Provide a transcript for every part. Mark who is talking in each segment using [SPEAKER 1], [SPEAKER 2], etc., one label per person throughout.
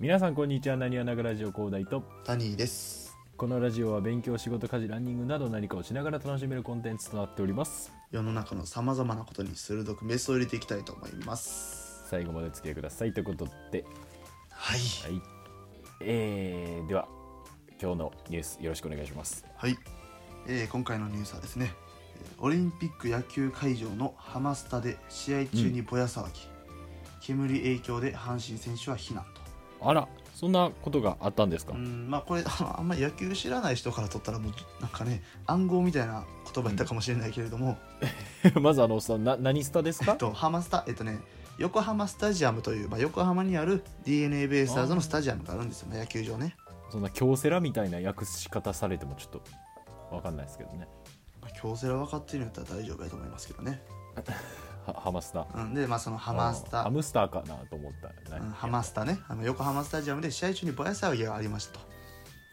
[SPEAKER 1] 皆さんこんにちはなにわながラジオ広大と
[SPEAKER 2] タニーです
[SPEAKER 1] このラジオは勉強仕事家事ランニングなど何かをしながら楽しめるコンテンツとなっております
[SPEAKER 2] 世の中のさまざまなことに鋭くメスを入れていきたいと思います
[SPEAKER 1] 最後までお付き合いくださいということで
[SPEAKER 2] はい
[SPEAKER 1] はいえー、では今日のニュースよろしくお願いします
[SPEAKER 2] はい、えー今回のニュースはですねえーオリンピック野球会場のハマスタで試合中にぼや騒ぎ、煙影響で阪神選手は避難
[SPEAKER 1] あらそんなことがあったんですか
[SPEAKER 2] とうんまあこれあのあんまり野球知らない人から取ったらもうなんかね暗号みたいな言葉やったかもしれないけれども、
[SPEAKER 1] まずあのおっさん な何スタです
[SPEAKER 2] え
[SPEAKER 1] か
[SPEAKER 2] っと、ハマスタ、えっとね、横浜スタジアムという、まあ、横浜にある d n a ベイスターズのスタジアムがあるんですよ、ね、野球場ね。
[SPEAKER 1] そんな京セラみたいな訳し方されてもちょっとわかんないですけどね
[SPEAKER 2] まあ京セラ分かってるんやったら大丈夫やと思いますけどね。
[SPEAKER 1] はハマスタ
[SPEAKER 2] うん、で、まあ、そのハマス
[SPEAKER 1] あーハ
[SPEAKER 2] タ、
[SPEAKER 1] ムスターかなと思った、
[SPEAKER 2] うんハマスタね、あの横浜スタジアムで試合中にぼや騒ぎがありましたと。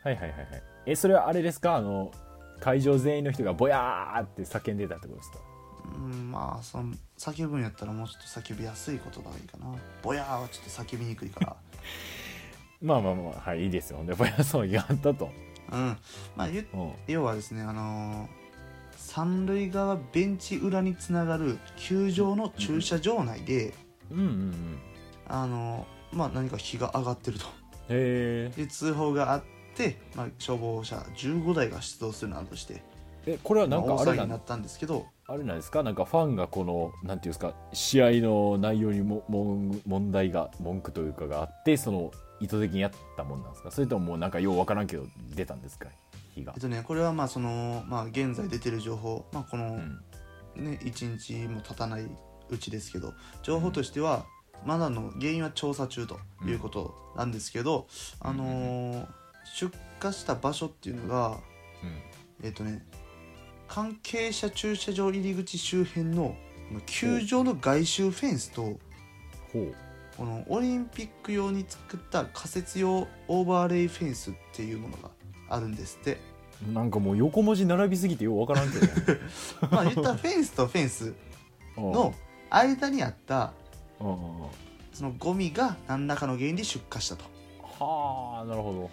[SPEAKER 1] はいはいはいはいえそれはあれですかあの会場全員の人がぼやーって叫んでたってことですか
[SPEAKER 2] うん、まあ、その叫ぶんやったらもうちょっと叫びやすい言葉がいいかな。ぼやーはちょっと叫びにくいから。
[SPEAKER 1] まあまあまあはいいいですよでぼや騒ぎがあったと、
[SPEAKER 2] うん、まあ、言っ
[SPEAKER 1] うん、
[SPEAKER 2] 要はですね、あのー三塁側ベンチ裏につながる球場の駐車場内で、
[SPEAKER 1] うんうんうん
[SPEAKER 2] あのまあ、何か火が上がってると
[SPEAKER 1] へ
[SPEAKER 2] いう通報があって、まあ、消防車15台が出動するなどして
[SPEAKER 1] ええこれは
[SPEAKER 2] ま
[SPEAKER 1] な
[SPEAKER 2] あ
[SPEAKER 1] んかあ
[SPEAKER 2] 大
[SPEAKER 1] れ
[SPEAKER 2] 騒ぎ
[SPEAKER 1] な
[SPEAKER 2] になんったんですけど
[SPEAKER 1] あれなんですかなんかファンがこのなんていうんですか試合の内容にも問問題が文句というかがあってその意図的にやったもんなんですかそれとももうなんかようわからんけど出たんですか火が
[SPEAKER 2] えっ、と、ね、これはまあその、まあ、現在出てる情報、まあ、こ
[SPEAKER 1] う
[SPEAKER 2] の、
[SPEAKER 1] ん、
[SPEAKER 2] ね1日も経たないうちですけど情報としてはまだの原因は調査中ということなんですけど、
[SPEAKER 1] うん
[SPEAKER 2] あのー出火した場所っていうのが、
[SPEAKER 1] うん
[SPEAKER 2] えっとね、関係者駐車場入り口周辺のこの球場の外周フェンスと
[SPEAKER 1] ほう
[SPEAKER 2] このオリンピック用に作った仮設用オーバーレイフェンスっていうものがあるんですって
[SPEAKER 1] なんかもう横文字並びすぎてようわからんけどね、
[SPEAKER 2] まあ言ったらフェンスとフェンス
[SPEAKER 1] うん
[SPEAKER 2] の間にあった
[SPEAKER 1] うんうんうん
[SPEAKER 2] そのゴミが何らかの原因で出火したと。
[SPEAKER 1] はあなるほ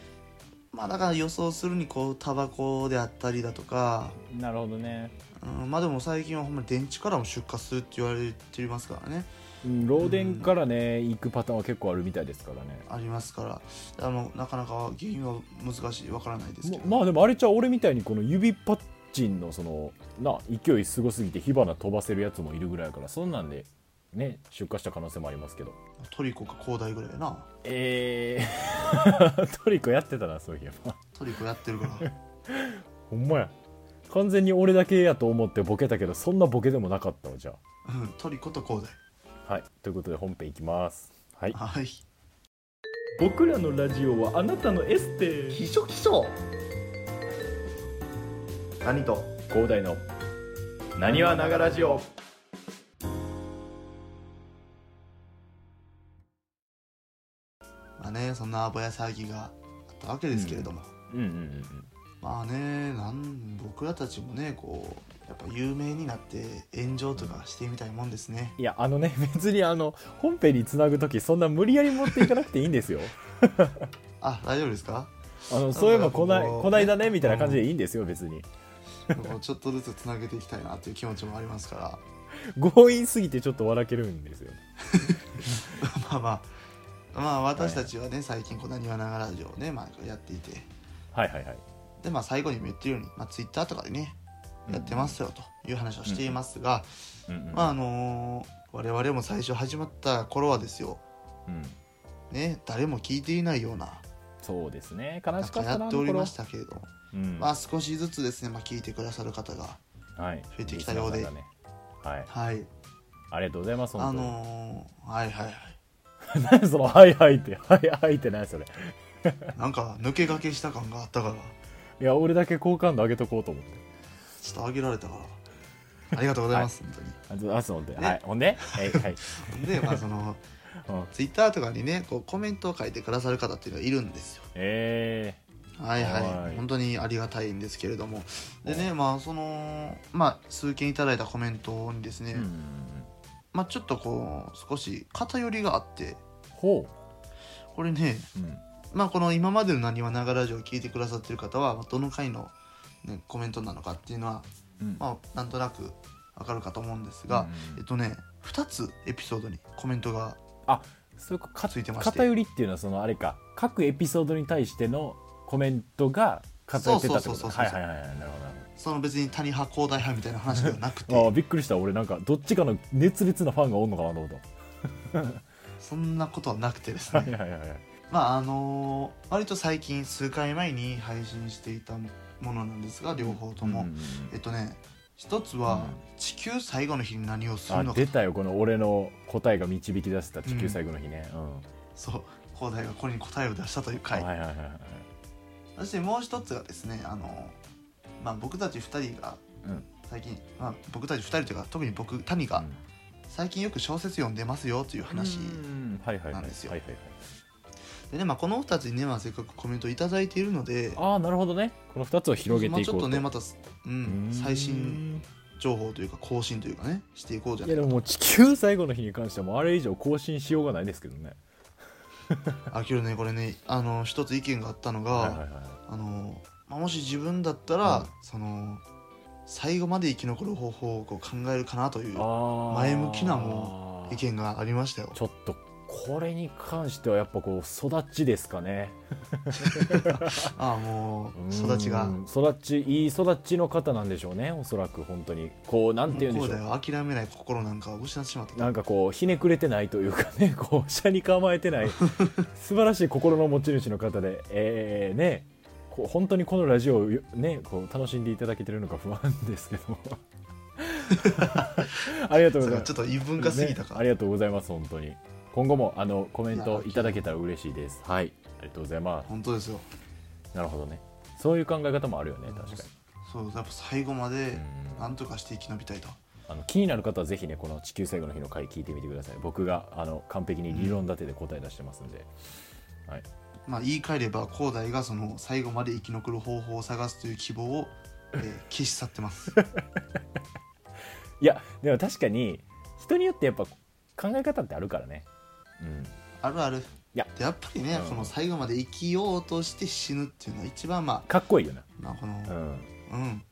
[SPEAKER 2] まあだから予想するにこうタバコであったりだとか、
[SPEAKER 1] どなるほどね、
[SPEAKER 2] うん、まあでも最近はほんまに電池からも出火するって言われてますからね
[SPEAKER 1] うん、漏電からね、行くパターンは結構あるみたいですからね
[SPEAKER 2] ありますからあのなかなか原因は難しいわからないですけど、
[SPEAKER 1] ままあでもあれちゃう俺みたいにこの指パッチンのそのな勢いすごすぎて火花飛ばせるやつもいるぐらいやからそんなんでね出荷した可能性もありますけど
[SPEAKER 2] トリコか恒大ぐらいやな
[SPEAKER 1] えー、 トリコやってたなそういえば
[SPEAKER 2] トリコやってるから
[SPEAKER 1] ほんまや完全に俺だけやと思ってボケたけどそんなボケでもなかったわじゃ
[SPEAKER 2] うんトリコと恒大
[SPEAKER 1] あはいということで本編いきますはい
[SPEAKER 2] はい
[SPEAKER 1] 僕らのラジオはあなたのエステ
[SPEAKER 2] ひしょきしょ何と
[SPEAKER 1] 広大のなにわながラジオ
[SPEAKER 2] まあねそんなぼや騒ぎがあったわけですけれども、
[SPEAKER 1] うんうんうんうん
[SPEAKER 2] まあねなん僕らたちもねこうやっぱ有名になって炎上とかしてみたいもんですね
[SPEAKER 1] いやあのね 別にあの本編につなぐ時そんな無理やり持っていかなくていいん ですよ
[SPEAKER 2] あ大丈夫で すか
[SPEAKER 1] あのそういえばこない
[SPEAKER 2] あの
[SPEAKER 1] こないだねみたいな感じでいいんですよ別に
[SPEAKER 2] こうちょっとずつつなげていきたいなっていう気持ちもありますか
[SPEAKER 1] 強引すぎてちょっと笑けるんですよ
[SPEAKER 2] ら まあまあまあ私たちはね最近こうなにわながラジオをね、まあ、やっていて
[SPEAKER 1] はいはいはい
[SPEAKER 2] でまあ最後にも言ってるように、まあ、Twitter とかでねやってますよという話をしていますが、
[SPEAKER 1] うんうん
[SPEAKER 2] まああのー我々も最初始まった頃はですよ
[SPEAKER 1] うん
[SPEAKER 2] ね誰も聞いていないような
[SPEAKER 1] そうですね悲
[SPEAKER 2] なん
[SPEAKER 1] しか
[SPEAKER 2] か
[SPEAKER 1] った
[SPEAKER 2] や
[SPEAKER 1] な
[SPEAKER 2] っており
[SPEAKER 1] あの頃
[SPEAKER 2] ましたけれども
[SPEAKER 1] うん
[SPEAKER 2] まあ少しずつですね、まあ、聞いてくださる方が
[SPEAKER 1] はい
[SPEAKER 2] 増えてきたようで
[SPEAKER 1] リスナーさんがねはい
[SPEAKER 2] はい
[SPEAKER 1] ありがとうございます
[SPEAKER 2] あ
[SPEAKER 1] 本当に
[SPEAKER 2] のーはいはいは
[SPEAKER 1] 何 その「はいはい」って「はいはい」って何それ
[SPEAKER 2] いなんか抜け駆けした感があったから
[SPEAKER 1] いや俺だけ好感度上げとこうと思って
[SPEAKER 2] ちょっと上げられたからありがとうございます、本
[SPEAKER 1] あそうあそうほんで、
[SPEAKER 2] ね
[SPEAKER 1] はいほんではいはい、
[SPEAKER 2] 当にでまあその
[SPEAKER 1] うん、
[SPEAKER 2] Twitter とかにねこうコメントを書いてくださる方っていうのがいるんですよ
[SPEAKER 1] え
[SPEAKER 2] はいはい、
[SPEAKER 1] はい
[SPEAKER 2] 本当にありがたいんですけれどもでねまあそのまあ数件いただいたコメントにですね、
[SPEAKER 1] ー、うん
[SPEAKER 2] まあちょっとこう少し偏りがあって
[SPEAKER 1] ほう
[SPEAKER 2] これね
[SPEAKER 1] うん
[SPEAKER 2] まあこの今までのなにわながラジオを聞いてくださってる方はまあどの回の、ね、コメントなのかっていうのは、
[SPEAKER 1] うん
[SPEAKER 2] まあ、なんとなくわかるかと思うんですが、
[SPEAKER 1] うん
[SPEAKER 2] えっとね2つエピソードにコメントが
[SPEAKER 1] そういうか
[SPEAKER 2] ついてまして
[SPEAKER 1] 偏りっていうのはそのあれか各エピソードに対してのコメントが偏ってたって
[SPEAKER 2] そう
[SPEAKER 1] こ
[SPEAKER 2] そ
[SPEAKER 1] と
[SPEAKER 2] うそうそう
[SPEAKER 1] はいはいはいはいなるほどなる
[SPEAKER 2] その別に谷派広大派みたいな話ではなく
[SPEAKER 1] ほ どああ
[SPEAKER 2] て
[SPEAKER 1] びっくりした俺なんかどっちかの熱烈なファンがおんのかなと思っ
[SPEAKER 2] そんなことはなくてです
[SPEAKER 1] た
[SPEAKER 2] ね
[SPEAKER 1] はいはいはいはい
[SPEAKER 2] まああのー割と最近数回前に配信していたものなんですが両方とも、
[SPEAKER 1] うんうんうん
[SPEAKER 2] えっとね一つは、
[SPEAKER 1] うん
[SPEAKER 2] 地球最後の日に何をする
[SPEAKER 1] あ
[SPEAKER 2] のか
[SPEAKER 1] 出たよこの俺の答えが導き出した地球最後の日ね、うん
[SPEAKER 2] そう広大がこれに答えを出したという
[SPEAKER 1] は
[SPEAKER 2] 回、
[SPEAKER 1] い、はいはいはいはい
[SPEAKER 2] そしてもう一つがですねあの、まあ、僕たち二人が
[SPEAKER 1] うん
[SPEAKER 2] 最近、まあ、僕たち二人というか特に僕谷が最近よく小説読んでますよという話、
[SPEAKER 1] うんはいはい
[SPEAKER 2] な
[SPEAKER 1] は
[SPEAKER 2] ん
[SPEAKER 1] い
[SPEAKER 2] ですよ
[SPEAKER 1] はいはいはい
[SPEAKER 2] でね、まあ、この二つにね、まあ、せっかくコメント頂いただいているので
[SPEAKER 1] ああなるほどねこの2つを広げていこう
[SPEAKER 2] まあちょっとねまた、う
[SPEAKER 1] うんん、
[SPEAKER 2] 最新情報というか更新というかねしていこうじゃ
[SPEAKER 1] い
[SPEAKER 2] な
[SPEAKER 1] や
[SPEAKER 2] い
[SPEAKER 1] でももう地球最後の日に関してはもうあれ以上更新しようがないですけどね
[SPEAKER 2] あけどねこれねあの一つ意見があったのが、
[SPEAKER 1] はいはいはい
[SPEAKER 2] あの、まあ、もし自分だったら、
[SPEAKER 1] うん
[SPEAKER 2] その最後まで生き残る方法をこう考えるかなという
[SPEAKER 1] あー
[SPEAKER 2] 前向きなも意見がありましたよ
[SPEAKER 1] ちょっとこれに関してはやっぱこう育ちですかね
[SPEAKER 2] ああも
[SPEAKER 1] う
[SPEAKER 2] うん育ちが
[SPEAKER 1] 育ちいい育ちの方なんでしょうねおそらく本当にこうなんて言うんで
[SPEAKER 2] こう
[SPEAKER 1] しょ
[SPEAKER 2] だ
[SPEAKER 1] う
[SPEAKER 2] よ諦めない心なんかを失ってしまった
[SPEAKER 1] なんかこうひねくれてないというかね こう車に構えて ない素晴らしい心の持ち主の方でえー、ねこう本当にこのラジオをよねこう楽しんでいただけてるのか不安ですけど ありがとうござ
[SPEAKER 2] それ
[SPEAKER 1] い
[SPEAKER 2] が
[SPEAKER 1] ま
[SPEAKER 2] ち
[SPEAKER 1] す
[SPEAKER 2] ょっと異文化すぎた
[SPEAKER 1] ね
[SPEAKER 2] か、
[SPEAKER 1] ありがとうございます本当に今後もあのコメントいただけたら嬉しいですはいありがとうございます
[SPEAKER 2] 本当ですよ
[SPEAKER 1] なるほどねそういう考え方もあるよね確か
[SPEAKER 2] そうやっぱ最後ま
[SPEAKER 1] に
[SPEAKER 2] で
[SPEAKER 1] うん
[SPEAKER 2] なんとかして生き延びたいと
[SPEAKER 1] あの気になる方はぜひねこの「地球最後の日」の回聞いてみてください僕があの完璧に理論立てで答え出してますんで、はい、
[SPEAKER 2] まあ言い換えれば広大がその最後まで生き残る方法を探すという希望を、えー消し去ってます
[SPEAKER 1] いやでも確かに人によってやっぱ考え方ってあるからねうん
[SPEAKER 2] あるある
[SPEAKER 1] や
[SPEAKER 2] でやっぱりね、
[SPEAKER 1] うん
[SPEAKER 2] この最後まで生きようとして死ぬっていうのは一番まあ
[SPEAKER 1] かっこいいよな
[SPEAKER 2] まあこの
[SPEAKER 1] うん
[SPEAKER 2] うん、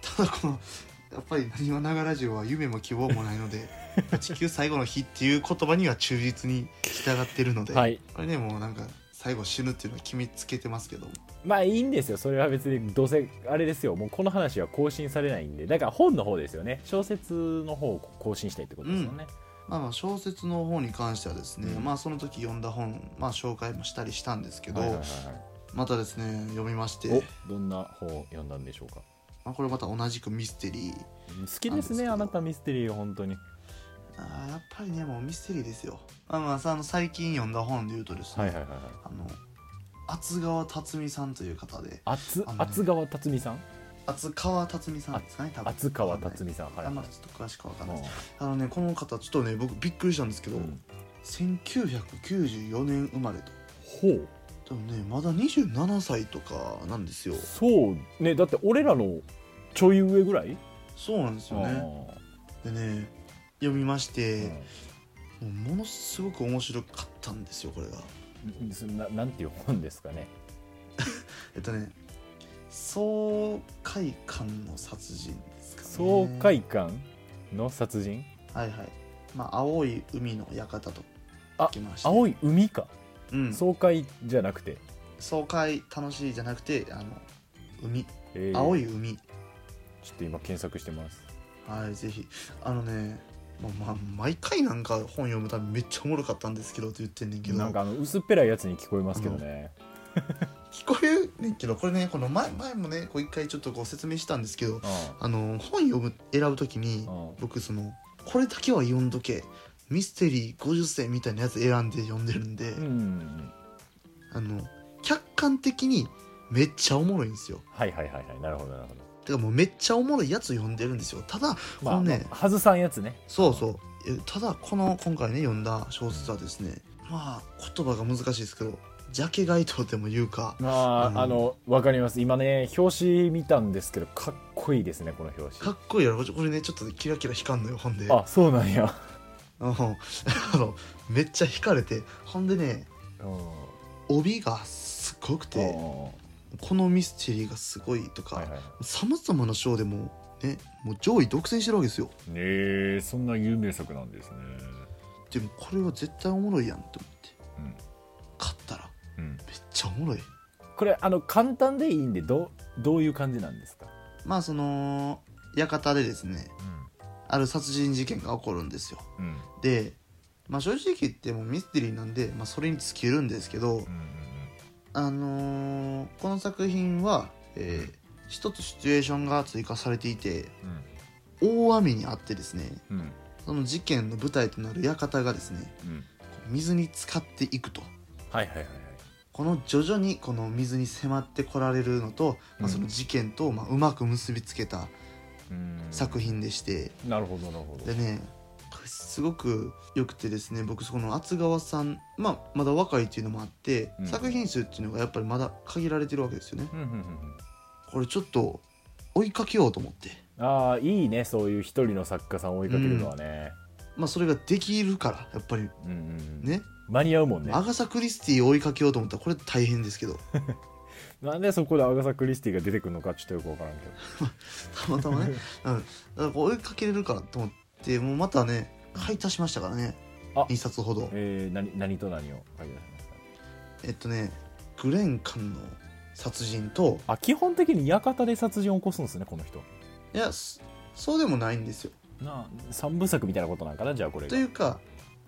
[SPEAKER 2] ただこのやっぱりなにわながラジオは夢も希望もないの で地球最後の日っていう言葉には忠実に従ってるので、
[SPEAKER 1] はい
[SPEAKER 2] これねもうなんか最後死ぬっていうのは決めつけてますけども
[SPEAKER 1] まあいいんですよそれは別にどうせあれですよもうこの話は更新されないんでだから本の方ですよね小説の方を更新したいってことですよね、
[SPEAKER 2] まあ、まあ小説の方に関してはですね、
[SPEAKER 1] うん
[SPEAKER 2] まあその時読んだ本、まあ、紹介もしたりしたんですけど、
[SPEAKER 1] はいはいはい
[SPEAKER 2] またですね読みまして、
[SPEAKER 1] はい、おどんな本を読んだんでしょうか
[SPEAKER 2] まあ、これまた同じくミステリー
[SPEAKER 1] 好きですねあなたミステリー本当に
[SPEAKER 2] あーやっぱりねもうミステリーですよ、まあ、まあさあの最近読んだ本で言うとですね、
[SPEAKER 1] はいはいはいはい
[SPEAKER 2] あの厚川辰巳さんという方で
[SPEAKER 1] 厚
[SPEAKER 2] あのね
[SPEAKER 1] 厚川辰巳さん
[SPEAKER 2] 厚川辰巳さんですかね多分
[SPEAKER 1] 厚川辰巳さん
[SPEAKER 2] は、
[SPEAKER 1] はいい
[SPEAKER 2] あ
[SPEAKER 1] は
[SPEAKER 2] ん
[SPEAKER 1] い
[SPEAKER 2] まりちょっと詳しくわかんない、
[SPEAKER 1] うん
[SPEAKER 2] あのねこの方ちょっとね僕びっくりしたんですけど、
[SPEAKER 1] うん
[SPEAKER 2] 1994年生まれと
[SPEAKER 1] ほう
[SPEAKER 2] でもねまだ27歳とかなんですよ
[SPEAKER 1] そうねだって俺らのちょい上ぐらい
[SPEAKER 2] そうなんですよねでね読みまし
[SPEAKER 1] あ
[SPEAKER 2] て
[SPEAKER 1] ー、
[SPEAKER 2] もうものすごく面白かったんですよこれが
[SPEAKER 1] うんそんななんていう本ですかね
[SPEAKER 2] えっとね爽快感の殺人ですかね
[SPEAKER 1] 爽快感の殺人
[SPEAKER 2] はいはいまあ青い海の館と
[SPEAKER 1] あ
[SPEAKER 2] きまして
[SPEAKER 1] 青い海か
[SPEAKER 2] うん、
[SPEAKER 1] 爽快じゃなくて、
[SPEAKER 2] 爽快楽しいじゃなくてあの海
[SPEAKER 1] えー
[SPEAKER 2] 青い海、
[SPEAKER 1] ちょっと今検索してます
[SPEAKER 2] はいぜひあのねまあ、まあ、毎回なんか本読むたびめっちゃおもろかったんですけどって言ってんねんけど
[SPEAKER 1] なんかあの薄っぺらいやつに聞こえますけどね、
[SPEAKER 2] 聞こえるねんけどこれねこの前前もねこう一回ちょっとご説明したんですけどあの本読む選ぶときに
[SPEAKER 1] うんうん
[SPEAKER 2] 僕そのこれだけは読んどけミステリー50選みたいなやつ選んで読んでるんで、
[SPEAKER 1] うんうんうん
[SPEAKER 2] あの客観的にめっちゃおもろいんですよ
[SPEAKER 1] はいはいはいはいなるほどなるほど
[SPEAKER 2] てかもうめっちゃおもろいやつ読んでるんですよただこ
[SPEAKER 1] まあ、
[SPEAKER 2] のね、
[SPEAKER 1] まあ外さんやつね
[SPEAKER 2] そうそうえただこの今回ね読んだ小説はですねまあ言葉が難しいですけどジャケ街頭でも言うか
[SPEAKER 1] ま
[SPEAKER 2] うん
[SPEAKER 1] あ、あの、わかります。今ね、表紙見たんですけど、かっこいいですね、この表
[SPEAKER 2] かっこいいやろこれこれねちょっとキラキラ光んのよ本で
[SPEAKER 1] 紙。あ、そうなんや。
[SPEAKER 2] うんあのめっちゃ惹かれてほんでね帯がすごく
[SPEAKER 1] うん
[SPEAKER 2] てこのミステリーがすごいと
[SPEAKER 1] はい
[SPEAKER 2] か
[SPEAKER 1] はいはい
[SPEAKER 2] さまざまな賞でもねもう上位独占してるわけですよ
[SPEAKER 1] ねえそんな有名作なんですね
[SPEAKER 2] でもこれは絶対おもろいやんと思って
[SPEAKER 1] うん
[SPEAKER 2] 買ったら
[SPEAKER 1] うん
[SPEAKER 2] めっちゃおもろい
[SPEAKER 1] これあの簡単でいいんでどどういう感じなんですか、
[SPEAKER 2] まあその館でですねある殺人事件が起こるんですよ
[SPEAKER 1] うんうん
[SPEAKER 2] で、まあ、正直言ってもうミステリーなんで、まあ、それに尽きるんですけど、あのーこの作品は、えー一つシチュエーションが追加されていて
[SPEAKER 1] うん
[SPEAKER 2] 大雨にあってですね
[SPEAKER 1] うんうん
[SPEAKER 2] その事件の舞台となる館がですね
[SPEAKER 1] うん
[SPEAKER 2] 水に浸かっていくと
[SPEAKER 1] はいはいはいはい
[SPEAKER 2] この徐々にこの水に迫ってこられるのと、
[SPEAKER 1] う
[SPEAKER 2] ま
[SPEAKER 1] ん
[SPEAKER 2] あ、その事件と、まあ、うまく結びつけた
[SPEAKER 1] うん
[SPEAKER 2] 作品でして、
[SPEAKER 1] なるほどなるほど
[SPEAKER 2] でねこれすごく良くてですね僕そこの厚川さん、まあ、まだ若いっていうのもあって、
[SPEAKER 1] うん
[SPEAKER 2] 作品数っていうのがやっぱりまだ限られてるわけですよね
[SPEAKER 1] うんうんうんうん
[SPEAKER 2] これちょっと追いかけようと思って、
[SPEAKER 1] ああいいねそういう一人の作家さんを追いかけるのはね、
[SPEAKER 2] まあ、それができるからやっぱり
[SPEAKER 1] うんうんうん
[SPEAKER 2] ね
[SPEAKER 1] 間に合うもんね
[SPEAKER 2] アガサ・クリスティを追いかけようと思ったらこれ大変ですけど
[SPEAKER 1] なんでそこでアガサ・クリスティが出てくるのかちょっとよくわからんけど
[SPEAKER 2] たまたま ね、うん、だからこう追いかけれるからと思ってもうまたね買い足しましたからね
[SPEAKER 1] あ
[SPEAKER 2] 2冊ほど
[SPEAKER 1] えー、何何と何を書いてらっしゃいますか
[SPEAKER 2] えっとねグレンカンの殺人と
[SPEAKER 1] あ基本的に館で殺人を起こすんですねこの人
[SPEAKER 2] いやそそうでもないんですよ
[SPEAKER 1] なあ三部作みたいなことなんかなじゃあこれ
[SPEAKER 2] と
[SPEAKER 1] が
[SPEAKER 2] いうか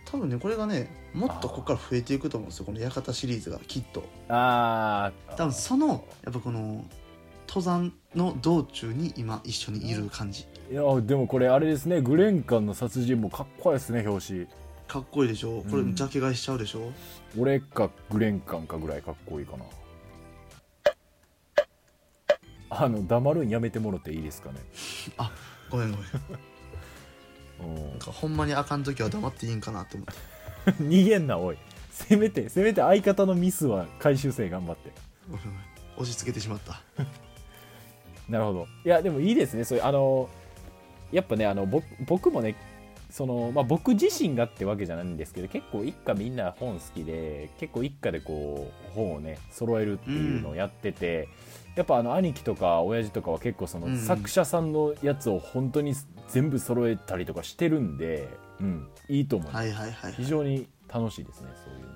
[SPEAKER 2] 多分ねこれがねもっとここから増えていくと思うんですよこの館シリーズがきっと
[SPEAKER 1] ああ
[SPEAKER 2] 多分そのやっぱこの登山の道中に今一緒にいる感じ
[SPEAKER 1] いやでもこれあれですねグレンカンの殺人もかっこいいですね表紙
[SPEAKER 2] かっこいいでしょこれ
[SPEAKER 1] うん
[SPEAKER 2] ジャケ買いしちゃうでしょ、
[SPEAKER 1] 俺かグレンカンかぐらいかっこいいかなあの黙るんやめてもろていいですかね
[SPEAKER 2] ごめんごめん
[SPEAKER 1] うん
[SPEAKER 2] なん かほんまにあかん時は黙っていいんかなって思って
[SPEAKER 1] 逃げんなおいせめてせめて相方のミスは回収生頑張って
[SPEAKER 2] ごめんごめん押し付けてしまった
[SPEAKER 1] なるほどいやでもいいですねそういうあのやっぱねあのぼ僕もねその、まあ、僕自身がってわけじゃないんですけど結構一家みんな本好きで結構一家でこう本をね揃えるっていうのをやってて、やっぱあの兄貴とか親父とかは結構その、
[SPEAKER 2] うんうん
[SPEAKER 1] 作者さんのやつを本当に全部揃えたりとかしてるんで、うん、いいと思います、
[SPEAKER 2] はいはいはい、
[SPEAKER 1] 非常に楽しいですねそういう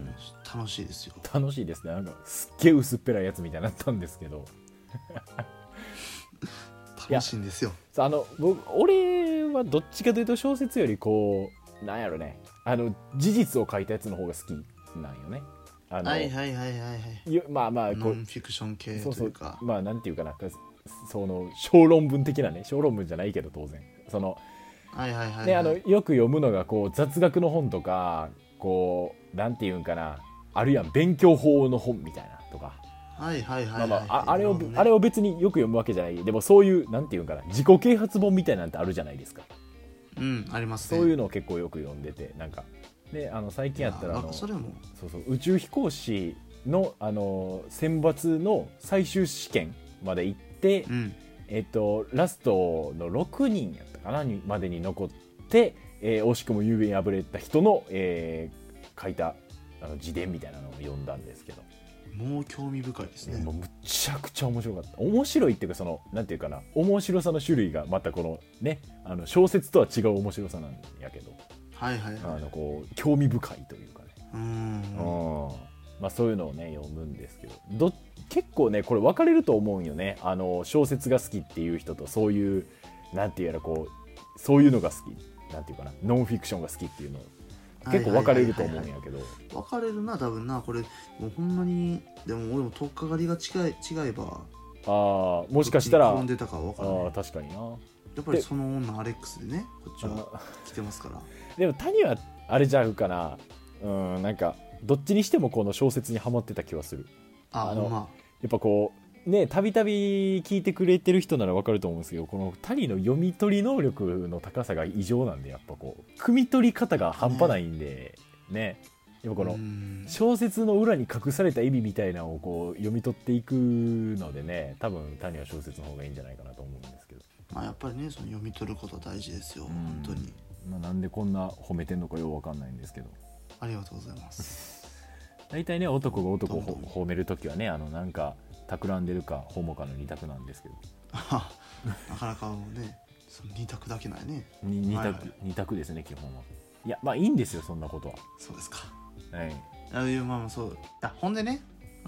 [SPEAKER 2] うん楽しいですよ
[SPEAKER 1] 楽しいですねなんかすっげえ薄っぺらいやつみたいになったんですけどや
[SPEAKER 2] 楽しいんですよ
[SPEAKER 1] そうあの僕俺はどっちかというと小説よりこうなんやろねあの事実を書いたやつの方が好きなんよねあの、
[SPEAKER 2] はいはいはいはいはい
[SPEAKER 1] いやまあまあ
[SPEAKER 2] ノ
[SPEAKER 1] こう
[SPEAKER 2] ンフィクション系
[SPEAKER 1] そう
[SPEAKER 2] と
[SPEAKER 1] そ
[SPEAKER 2] いう
[SPEAKER 1] う
[SPEAKER 2] か
[SPEAKER 1] まあなんていうかなその小論文的なね小論文じゃないけど当然その
[SPEAKER 2] はいはいはい、はい
[SPEAKER 1] ね、あのよく読むのがこう雑学の本とかこうなんていうんかなあるいは勉強法の本みたいなとか
[SPEAKER 2] はいはいはい
[SPEAKER 1] ま
[SPEAKER 2] は
[SPEAKER 1] あ
[SPEAKER 2] い、
[SPEAKER 1] まあああれを
[SPEAKER 2] なるほどね
[SPEAKER 1] あれを別によく読むわけじゃないでもそういうなんていうんかな自己啓発本みたいなんてあるじゃないですか
[SPEAKER 2] うんあります
[SPEAKER 1] そ
[SPEAKER 2] ね
[SPEAKER 1] ういうのを結構よく読んでてなんかであの最近やったら
[SPEAKER 2] あ
[SPEAKER 1] あの
[SPEAKER 2] そ
[SPEAKER 1] そ
[SPEAKER 2] れも
[SPEAKER 1] うそう宇宙飛行士のあの選抜の最終試験まで行って、
[SPEAKER 2] うん
[SPEAKER 1] えっとラストの6人やったかなにまでに残って、えー惜しくもゆうべに敗れた人の、えー書いたあの自伝みたいなのを読んだんですけど、
[SPEAKER 2] もう興味深いですね
[SPEAKER 1] もうむちゃくちゃ面白かった面白いっていうかそのなんていうかな面白さの種類がまたこのねあの小説とは違う面白さなんやけど
[SPEAKER 2] はいはい
[SPEAKER 1] あ
[SPEAKER 2] はい
[SPEAKER 1] のこう興味深いというかね、
[SPEAKER 2] う
[SPEAKER 1] うん
[SPEAKER 2] ん
[SPEAKER 1] まあ、そういうのをね読むんですけどど結構ねこれ分かれると思うんよねあの小説が好きっていう人とそういうなんていうやらこうそういうのが好きなんていうかなノンフィクションが好きっていうの結構分かれると思うんやけど
[SPEAKER 2] 分かれるな多分なこれもうほんまにでも俺も取っかかりが違い違えば
[SPEAKER 1] ああも
[SPEAKER 2] も
[SPEAKER 1] しかしたら
[SPEAKER 2] 転
[SPEAKER 1] あ
[SPEAKER 2] んでたかは分からない
[SPEAKER 1] ー確かにな
[SPEAKER 2] やっぱりその女アレックスでねこっち
[SPEAKER 1] あの
[SPEAKER 2] は来てますから
[SPEAKER 1] でも谷はあれじゃうかなうんなんかどっちにしてもこの小説にはまってた気はする
[SPEAKER 2] あ
[SPEAKER 1] あ
[SPEAKER 2] あ
[SPEAKER 1] の
[SPEAKER 2] のま
[SPEAKER 1] やっぱこうねたびたび聞いてくれてる人ならわかると思うんですけどこの谷の読み取り能力の高さが異常なんでやっぱこう汲み取り方が半端ないんでねやっぱこ
[SPEAKER 2] あ
[SPEAKER 1] の
[SPEAKER 2] うん
[SPEAKER 1] 小説の裏に隠された意味みたいなのをこう読み取っていくのでね多分谷は小説の方がいいんじゃないかなと思うんですけど、
[SPEAKER 2] まあやっぱりねその読み取ることは大事ですよ
[SPEAKER 1] ん
[SPEAKER 2] 本当に
[SPEAKER 1] まあ、なんでこんな褒めてんのかようわかんないんですけど
[SPEAKER 2] ありがとうございます
[SPEAKER 1] 大体ね男が男を
[SPEAKER 2] どんどん
[SPEAKER 1] ほ褒める時はねあのなんか企んでるかホモかの二択なんですけど
[SPEAKER 2] あなかなかもうねその2択だけないね
[SPEAKER 1] に二
[SPEAKER 2] はい
[SPEAKER 1] 択、
[SPEAKER 2] はい
[SPEAKER 1] 二択ですね基本はいやまあいいんですよそんなことは
[SPEAKER 2] そうですか
[SPEAKER 1] はい
[SPEAKER 2] あいやまあまあそうあほんでね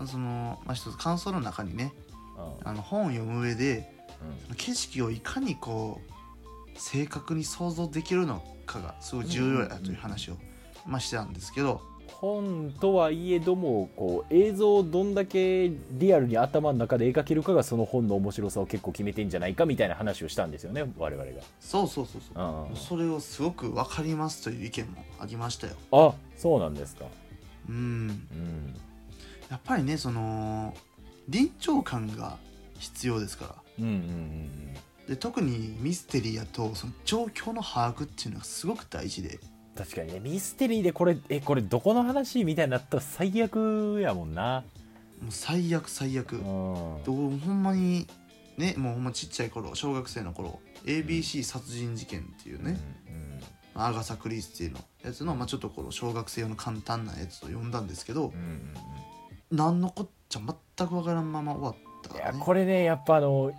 [SPEAKER 2] その、まあ、一つ感想の中にね
[SPEAKER 1] あ
[SPEAKER 2] あの本を読む上で
[SPEAKER 1] うん
[SPEAKER 2] その景色をいかにこう正確に想像できるのかがすごい重要だという話を、まあ、してたんですけど
[SPEAKER 1] 本とはいえどもこう映像をどんだけリアルに頭の中で描けるかがその本の面白さを結構決めてんじゃないかみたいな話をしたんですよね我々
[SPEAKER 2] そうそうそうそう
[SPEAKER 1] が、うん、
[SPEAKER 2] それをすごく分かりますという意見もありましたよ
[SPEAKER 1] あそうなんですか
[SPEAKER 2] うん
[SPEAKER 1] うん
[SPEAKER 2] やっぱりねその臨場感が必要ですから
[SPEAKER 1] うんうんうん
[SPEAKER 2] で特にミステリーやとその状況の把握っていうのがすごく大事で
[SPEAKER 1] 確かにねミステリーでこれえこれどこの話みたいになったら最悪やもんな
[SPEAKER 2] もう最悪最悪
[SPEAKER 1] うん
[SPEAKER 2] でほんまにねもうほんまちっちゃい頃小学生の頃 ABC 殺人事件っていうね、アガサ・クリスティのやつの、まあ、ちょっとこの小学生用の簡単なやつと読んだんですけ
[SPEAKER 1] う
[SPEAKER 2] ど
[SPEAKER 1] んうんうんうん
[SPEAKER 2] 何のこっちゃ全くわからんまま終わった
[SPEAKER 1] い
[SPEAKER 2] から
[SPEAKER 1] や
[SPEAKER 2] ね
[SPEAKER 1] これねやっぱあの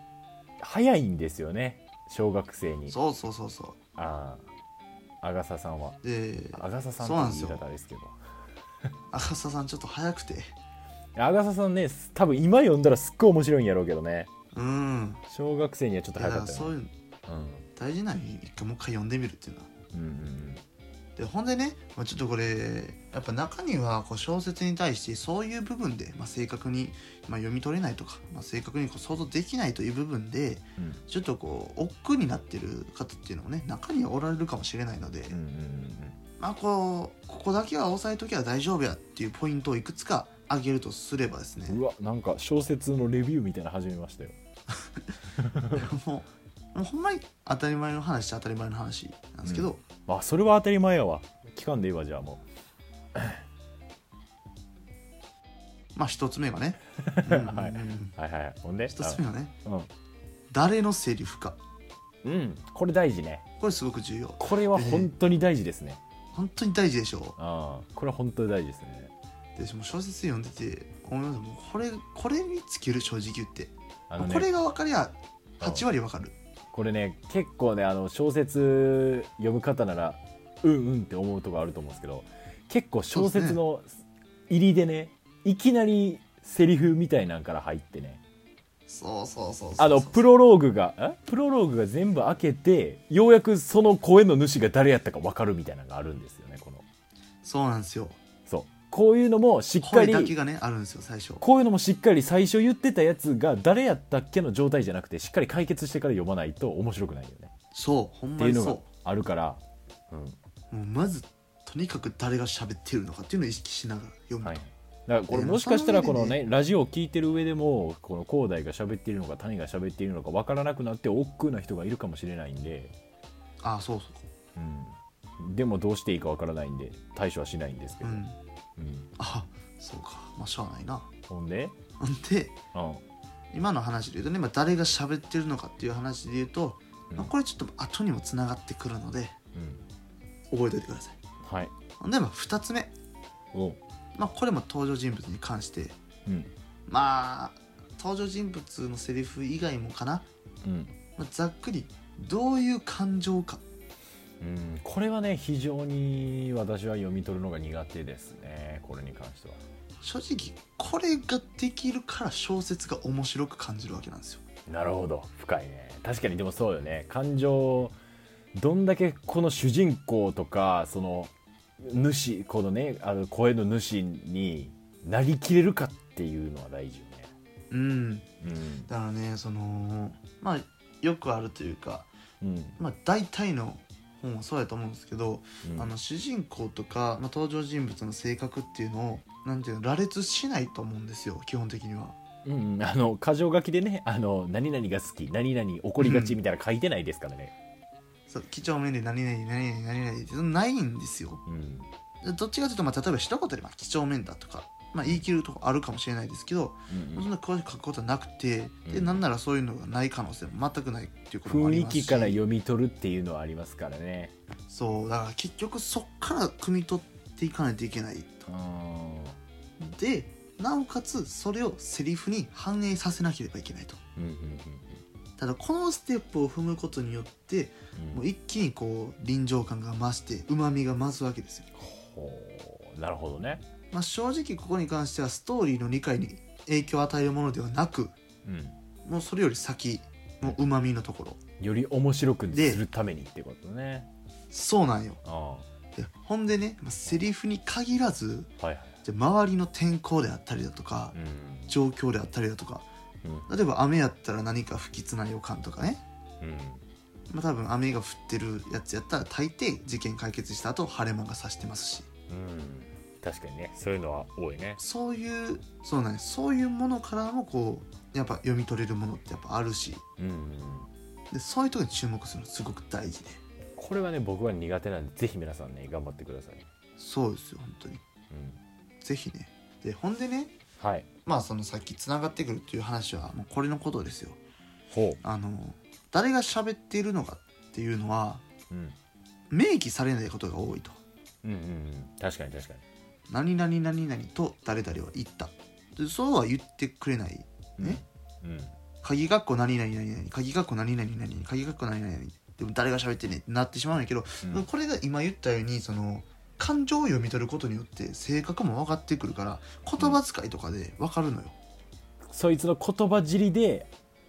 [SPEAKER 1] 早いんですよね小学生に
[SPEAKER 2] そうそうそうそ
[SPEAKER 1] ああアガサさんは
[SPEAKER 2] うで
[SPEAKER 1] アガサさん
[SPEAKER 2] そうなん
[SPEAKER 1] っ
[SPEAKER 2] で
[SPEAKER 1] て
[SPEAKER 2] すよ
[SPEAKER 1] 言い方ですけど
[SPEAKER 2] アガサさんちょっと早くて
[SPEAKER 1] アガサさんね多分今読んだらすっごい面白いんやろうけどね
[SPEAKER 2] うん
[SPEAKER 1] 小学生にはちょっと
[SPEAKER 2] いや
[SPEAKER 1] 早
[SPEAKER 2] だ
[SPEAKER 1] か
[SPEAKER 2] か
[SPEAKER 1] った
[SPEAKER 2] らそう
[SPEAKER 1] よ、
[SPEAKER 2] いうの
[SPEAKER 1] うん
[SPEAKER 2] 大事なのに一回もう一回読んでみるっていうのは
[SPEAKER 1] うんうん
[SPEAKER 2] でほんでね、まあ、ちょっとこれやっぱ中にはこう小説に対してそういう部分で、まあ、正確に、まあ、読み取れないとか、まあ、正確にこう想像できないという部分で
[SPEAKER 1] うん
[SPEAKER 2] ちょっとこう億劫になってる方っていうのもね中にはおられるかもしれないので、
[SPEAKER 1] うんうん
[SPEAKER 2] まあこうここだけは押さえときゃ大丈夫やっていうポイントをいくつか挙げるとすればです
[SPEAKER 1] うんうん
[SPEAKER 2] ね
[SPEAKER 1] うわなんか小説のレビューみたいなの始めましたよ
[SPEAKER 2] もうもうほんまに当たり前の話っちゃ当たり前の話なんですけど、
[SPEAKER 1] まあそれは当たり前やわ期間で言えばじゃあも
[SPEAKER 2] まあ一つ目がね、うんうんう ん
[SPEAKER 1] はいうはいはいほんで
[SPEAKER 2] 一つ目がね
[SPEAKER 1] あ
[SPEAKER 2] 誰のセリフか
[SPEAKER 1] うん、うん、これ大事ね
[SPEAKER 2] これすごく重要
[SPEAKER 1] これは本当に大事ですね、
[SPEAKER 2] 本当に大事でしょ
[SPEAKER 1] ああこれは本当に大事ですね
[SPEAKER 2] うでもう小説読んでて思いますもうこれこれに尽きる正直言って、
[SPEAKER 1] あのね
[SPEAKER 2] これが分かりゃ8割分かる
[SPEAKER 1] これね結構ねあの小説読む方ならうんうんって思うとこあると思うんですけど結構小説の入りでねいきなりセリフみたいなんから入ってね
[SPEAKER 2] そうそうそうそう
[SPEAKER 1] あのプロローグがえプロローグが全部開けてようやくその声の主が誰やったか分かるみたいなのがあるんですよねこの
[SPEAKER 2] そうなんですよ
[SPEAKER 1] そうこういうのもしっか
[SPEAKER 2] 声だけ
[SPEAKER 1] り
[SPEAKER 2] がねあるんですよ最初
[SPEAKER 1] こういうのもしっかり最初言ってたやつが誰やったっけの状態じゃなくてしっかり解決してから読まないと面白くないよね
[SPEAKER 2] そうほん
[SPEAKER 1] って
[SPEAKER 2] ま
[SPEAKER 1] いう
[SPEAKER 2] に
[SPEAKER 1] の
[SPEAKER 2] そ
[SPEAKER 1] が
[SPEAKER 2] う
[SPEAKER 1] あるから、うん、
[SPEAKER 2] もうまずとにかく誰が喋ってるのかっていうのを意識しながら読むと、
[SPEAKER 1] はい、だからこれもしかしたらこのねラジオを聞いてる上でもこの広大が喋っているのか谷が喋っているのか分からなくなって億劫な人がいるかもしれないんで、
[SPEAKER 2] ああそうそ
[SPEAKER 1] う
[SPEAKER 2] う
[SPEAKER 1] ん、でもどうしていいか分からないんで対処はしないんですけ
[SPEAKER 2] う
[SPEAKER 1] ど、
[SPEAKER 2] ん
[SPEAKER 1] うん
[SPEAKER 2] あそうかまあしゃあないな
[SPEAKER 1] ほんで、
[SPEAKER 2] んで
[SPEAKER 1] うん
[SPEAKER 2] 今の話で言うとね、まあ、誰が喋ってるのかっていう話で言うと、
[SPEAKER 1] うん
[SPEAKER 2] まあ、これちょっと後にもつながってくるので
[SPEAKER 1] うん、
[SPEAKER 2] 覚えておいてください
[SPEAKER 1] はい
[SPEAKER 2] ほんで、まあ、2つ目、
[SPEAKER 1] おう、
[SPEAKER 2] まあ、これも登場人物に関して
[SPEAKER 1] うん
[SPEAKER 2] まあ登場人物のセリフ以外もかな、
[SPEAKER 1] うん
[SPEAKER 2] まあ、ざっくりどういう感情か
[SPEAKER 1] うん、これはね非常に私は読み取るのが苦手ですねこれに関しては
[SPEAKER 2] 正直これができるから小説が面白く感じるわけなんですよ
[SPEAKER 1] なるほど深いね確かにでもそうよね感情どんだけこの主人公とかその主このねあの声の主になりきれるかっていうのは大事よね
[SPEAKER 2] うんだからねそのまあよくあるというか、
[SPEAKER 1] うんうん
[SPEAKER 2] まあ、大体の本はそうやと思うんですけど、
[SPEAKER 1] うん
[SPEAKER 2] あの主人公とか、まあ、登場人物の性格っていうのをなんていうの羅列しないと思うんですよ基本的には
[SPEAKER 1] うんうんあの箇条書きでねあの何々が好き何々怒りがちみたいなの書いてないですからね
[SPEAKER 2] そう几帳面で何々何々何々ってないんですよ
[SPEAKER 1] うん
[SPEAKER 2] でどっちかというと、まあ、例えば一言でまあ几帳面だとか、まあ、言い切るとこあるかもしれないですけど、
[SPEAKER 1] うんう
[SPEAKER 2] そん
[SPEAKER 1] ん
[SPEAKER 2] な詳しく書くことはなくて、で
[SPEAKER 1] うん
[SPEAKER 2] なんならそういうのがない可能性も全くないっていうこともあ
[SPEAKER 1] 雰
[SPEAKER 2] り
[SPEAKER 1] 囲
[SPEAKER 2] ますし
[SPEAKER 1] 気から読み取るっていうのはありますからね
[SPEAKER 2] そうだから結局そっから汲み取っていかないといけないと
[SPEAKER 1] うん
[SPEAKER 2] でなおかつそれをセリフに反映させなければいけないと
[SPEAKER 1] うんうんうん
[SPEAKER 2] ただこのステップを踏むことによって
[SPEAKER 1] うん
[SPEAKER 2] もう一気にこう臨場感が増してうまみが増すわけですよ、
[SPEAKER 1] ほうなるほどね
[SPEAKER 2] まあ、正直ここに関してはストーリーの理解に影響を与えるものではなく
[SPEAKER 1] うん
[SPEAKER 2] もうそれより先もううまみのところ
[SPEAKER 1] より面白く
[SPEAKER 2] です
[SPEAKER 1] るためにってことね
[SPEAKER 2] そうなんよ
[SPEAKER 1] あ
[SPEAKER 2] でほんでね、まあ、セリフに限らず
[SPEAKER 1] あはいはい
[SPEAKER 2] じゃあ周りの天候であったりだとか
[SPEAKER 1] うん
[SPEAKER 2] 状況であったりだとか
[SPEAKER 1] うん
[SPEAKER 2] 例えば雨やったら何か不吉な予感とかね、
[SPEAKER 1] うん
[SPEAKER 2] まあ、多分雨が降ってるやつやったら大抵事件解決した後晴れ間が差してますし
[SPEAKER 1] うん確かにねそういうのは多いね
[SPEAKER 2] そういうそうなんですそういうものからもこうやっぱ読み取れるものってやっぱあるし
[SPEAKER 1] うん
[SPEAKER 2] でそういうとこに注目するのすごく大事で
[SPEAKER 1] これはね僕は苦手なんでぜひ皆さんね頑張ってください、
[SPEAKER 2] そうですよ本当に
[SPEAKER 1] うん、
[SPEAKER 2] ぜひねでほんでね
[SPEAKER 1] はい
[SPEAKER 2] まあそのさっきつながってくるっていう話はもうこれのことですよ
[SPEAKER 1] ほ
[SPEAKER 2] あの誰が喋っているのかっていうのは
[SPEAKER 1] う、うん、
[SPEAKER 2] 明記されないことが多いと
[SPEAKER 1] うんうんうん確かに確か
[SPEAKER 2] 何々何々と誰々は言ったでそうは言ってくれない
[SPEAKER 1] に
[SPEAKER 2] ね
[SPEAKER 1] うんうん
[SPEAKER 2] 鍵括弧何々何々鍵括弧何々何々鍵括弧何々でも誰が喋ってんねんってなってしまうんやけど、
[SPEAKER 1] うん
[SPEAKER 2] これが今言ったようにその感情を読み取ることによって性格も分かってくるから言葉遣いとかで分かるのよ、
[SPEAKER 1] そいつの言葉尻で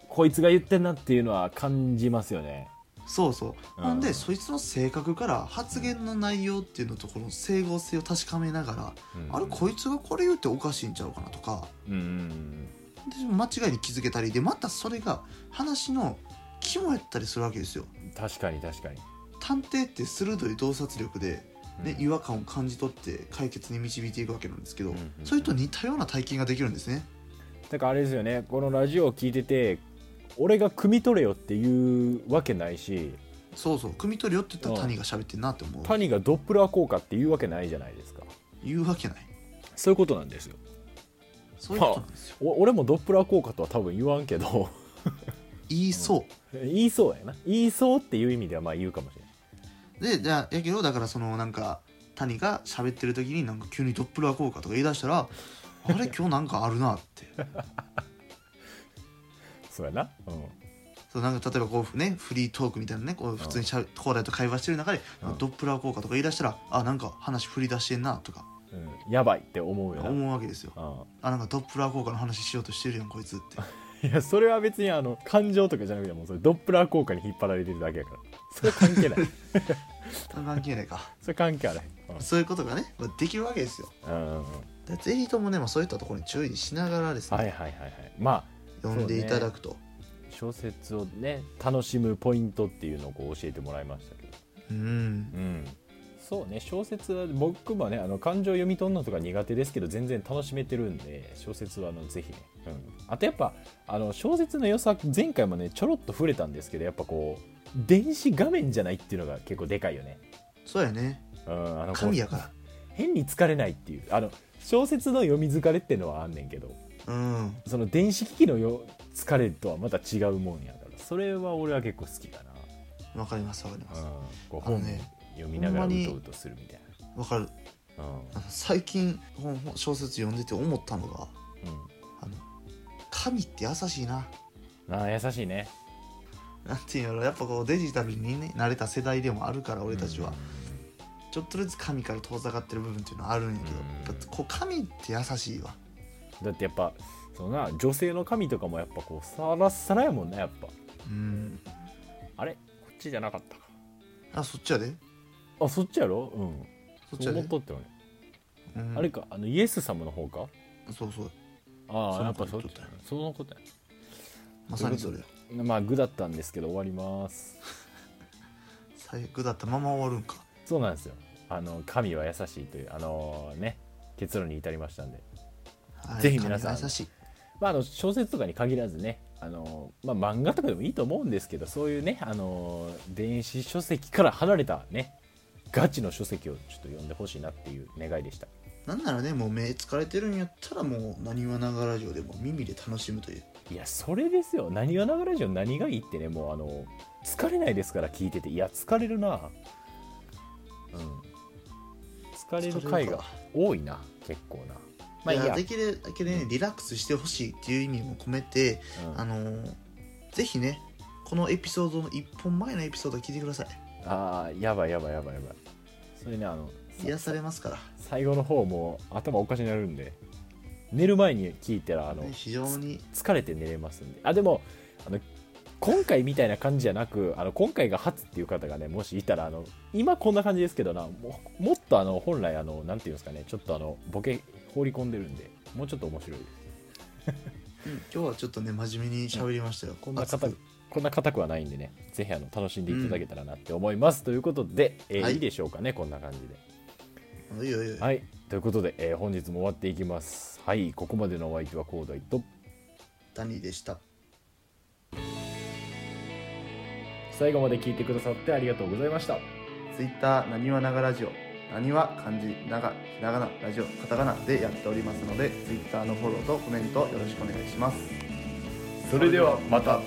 [SPEAKER 1] こいつが言ってんなっていうのは感じますよね
[SPEAKER 2] そうそう、
[SPEAKER 1] うん
[SPEAKER 2] ほんでそいつの性格から発言の内容っていうのとこの整合性を確かめながら、あれこいつがこれ言っておかしいんちゃうかなとか
[SPEAKER 1] うんうん
[SPEAKER 2] で間違いに気づけたりでまたそれが話の肝やったりするわけですよ
[SPEAKER 1] うん確かに確かに、
[SPEAKER 2] 探偵って鋭い洞察力で、ね
[SPEAKER 1] うん
[SPEAKER 2] 違和感を感じ取って解決に導いていくわけなんですけど、
[SPEAKER 1] うんうんうん
[SPEAKER 2] それと似たような体験ができるんですね
[SPEAKER 1] だからあれですよねこのラジオを聞いてて俺が汲み取れよっていうわけないし
[SPEAKER 2] そうそう汲み取るよって言った
[SPEAKER 1] う
[SPEAKER 2] ら
[SPEAKER 1] ん
[SPEAKER 2] 谷が喋ってんなって思う
[SPEAKER 1] 谷がドップラー効果っていうわけないじゃないですか
[SPEAKER 2] 言うわけない
[SPEAKER 1] そういうことなんですよ
[SPEAKER 2] そういうことなんですよ
[SPEAKER 1] お俺もドップラー効果とは多分言わんけど
[SPEAKER 2] 言いそう
[SPEAKER 1] 言いそうやな言いそうっていう意味ではまあ言うかもしれない
[SPEAKER 2] でじゃあやけどだからそのなんか谷が喋ってる時になんか急にドップラー効果とか言い出し たらあれ今日なんかあるなって
[SPEAKER 1] そうやなうん
[SPEAKER 2] そうなんか例えばこうねフリートークみたいなねこう普通にしゃべコーラと会話してる中で、
[SPEAKER 1] うん
[SPEAKER 2] ドップラー効果とか言い出したらあなんか話振り出してんなとか
[SPEAKER 1] うん、やばいって思うよな、
[SPEAKER 2] 思うわけですよ
[SPEAKER 1] う
[SPEAKER 2] あなんかドップラー効果の話しようとしてるやんこいつって
[SPEAKER 1] ん、いやそれは別にあの感情とかじゃなくてもうそれドップラー効果に引っ張られてるだけやからそれ関係ない
[SPEAKER 2] 関係ないか
[SPEAKER 1] それ関係ない、
[SPEAKER 2] そういうことがね、まあ、できるわけですよ
[SPEAKER 1] うんうんうんうん、
[SPEAKER 2] でぜひともね、まあ、そういったところに注意しながらですね、
[SPEAKER 1] はいはいはいはいまあ
[SPEAKER 2] 読んでいただくと
[SPEAKER 1] 小説をね楽しむポイントっていうのをこう教えてもらいましたけど、
[SPEAKER 2] うん
[SPEAKER 1] うん、そうね小説は僕もねあの感情読み取るのとか苦手ですけど全然楽しめてるんで小説はあのぜひね、うん、あとやっぱあの小説の良さ前回もねちょろっと触れたんですけどやっぱこう電子画面じゃないっていうのが結構でかいよね、
[SPEAKER 2] そうやね
[SPEAKER 1] うん、あのこう
[SPEAKER 2] 神やか
[SPEAKER 1] 変に疲れないっていうあの小説の読み疲れっていうのはあんねんけど
[SPEAKER 2] らうん
[SPEAKER 1] その電子機器のよ疲れとはまた違うもんやからそれは俺は結構好きかな
[SPEAKER 2] わかりますわかります
[SPEAKER 1] こう
[SPEAKER 2] あの
[SPEAKER 1] 本
[SPEAKER 2] ね
[SPEAKER 1] 読みながら
[SPEAKER 2] ほ
[SPEAKER 1] うん
[SPEAKER 2] まに
[SPEAKER 1] とうとするみたい
[SPEAKER 2] わかる
[SPEAKER 1] な、うん
[SPEAKER 2] あの最近本本小説読んでて思ったのがあの神って優しいな
[SPEAKER 1] うん、ああ優しいね
[SPEAKER 2] なんていうんやろやっぱこうデジタルに、ね、慣れた世代でもあるから俺たちは、ちょっとずつ神から遠ざかってる部分っていうのはあるんやけ
[SPEAKER 1] うん
[SPEAKER 2] ど、やっぱこう神って優しいわ
[SPEAKER 1] うんだってやっぱそのな女性の神とかもやっぱこうさらっさらやもんねやっぱ
[SPEAKER 2] うん
[SPEAKER 1] あれこっちじゃなかったか
[SPEAKER 2] あそっちやで
[SPEAKER 1] あそっちやろうん
[SPEAKER 2] そっち
[SPEAKER 1] そう
[SPEAKER 2] やで
[SPEAKER 1] 思っとって俺、
[SPEAKER 2] うん
[SPEAKER 1] あれかあのイエス様の方か
[SPEAKER 2] そうそう
[SPEAKER 1] あ
[SPEAKER 2] そ
[SPEAKER 1] あ
[SPEAKER 2] の
[SPEAKER 1] やっぱそ
[SPEAKER 2] こ
[SPEAKER 1] っ
[SPEAKER 2] と
[SPEAKER 1] ちそのことや
[SPEAKER 2] まさにそれや
[SPEAKER 1] まあ具だったんですけど終わります
[SPEAKER 2] 最悪だったまま終わるんか
[SPEAKER 1] そうなんですよあの神は優しいというあのね結論に至りましたんで
[SPEAKER 2] はい
[SPEAKER 1] ぜひ皆さん
[SPEAKER 2] 神が優しい
[SPEAKER 1] まあ、あの小説とかに限らずねあの、まあ、漫画とかでもいいと思うんですけどそういうねあの電子書籍から離れたねガチの書籍をちょっと読んでほしいなっていう願いでした
[SPEAKER 2] なんならねもう目疲れてるんやったらもうなにわながラジオでも耳で楽しむという
[SPEAKER 1] いやそれですよ何が流れじゃ何がいいってねもうあの疲れないですから聞いてていや疲れるなうん疲れる回が多いな結構な
[SPEAKER 2] ま
[SPEAKER 1] まあいいや
[SPEAKER 2] できるだけねリラックスしてほしいっていう意味も込めて、
[SPEAKER 1] うん
[SPEAKER 2] あのーぜひねこのエピソードの1本前のエピソードを聞いてください
[SPEAKER 1] ああやばいやばいやばいやばいそれねあの
[SPEAKER 2] 癒されますから、
[SPEAKER 1] 最後の方もう頭おかしになるんで寝る前に聞いたらあの
[SPEAKER 2] ね、非常に
[SPEAKER 1] 疲れて寝れますんであでもあの今回みたいな感じじゃなくあの今回が初っていう方がねもしいたらあの今こんな感じですけどなもうもっとあの本来あのなんていうんですかねちょっとあのボケ放り込んでるんでもうちょっと面白いです
[SPEAKER 2] うん今日はちょっとね真面目に喋りましたよ、
[SPEAKER 1] こんな
[SPEAKER 2] 熱
[SPEAKER 1] 硬
[SPEAKER 2] く
[SPEAKER 1] くこんな硬くはないんでねぜひあの楽しんでいただけたらなって思います、ということで、えー
[SPEAKER 2] はい
[SPEAKER 1] い、いでしょうかねこんな感じで
[SPEAKER 2] いいよいいよ、
[SPEAKER 1] はい、ということで、えー本日も終わっていきます。はい、ここまでのお相手はコーダイと、
[SPEAKER 2] ダニーでした
[SPEAKER 1] 最後まで聞いてくださってありがとうございました。
[SPEAKER 3] ツイッターなにわながラジオなにわ漢字ながひらがなラジオカタカナでやっておりますのでツイッターのフォローとコメントよろしくお願いします
[SPEAKER 1] それではまた。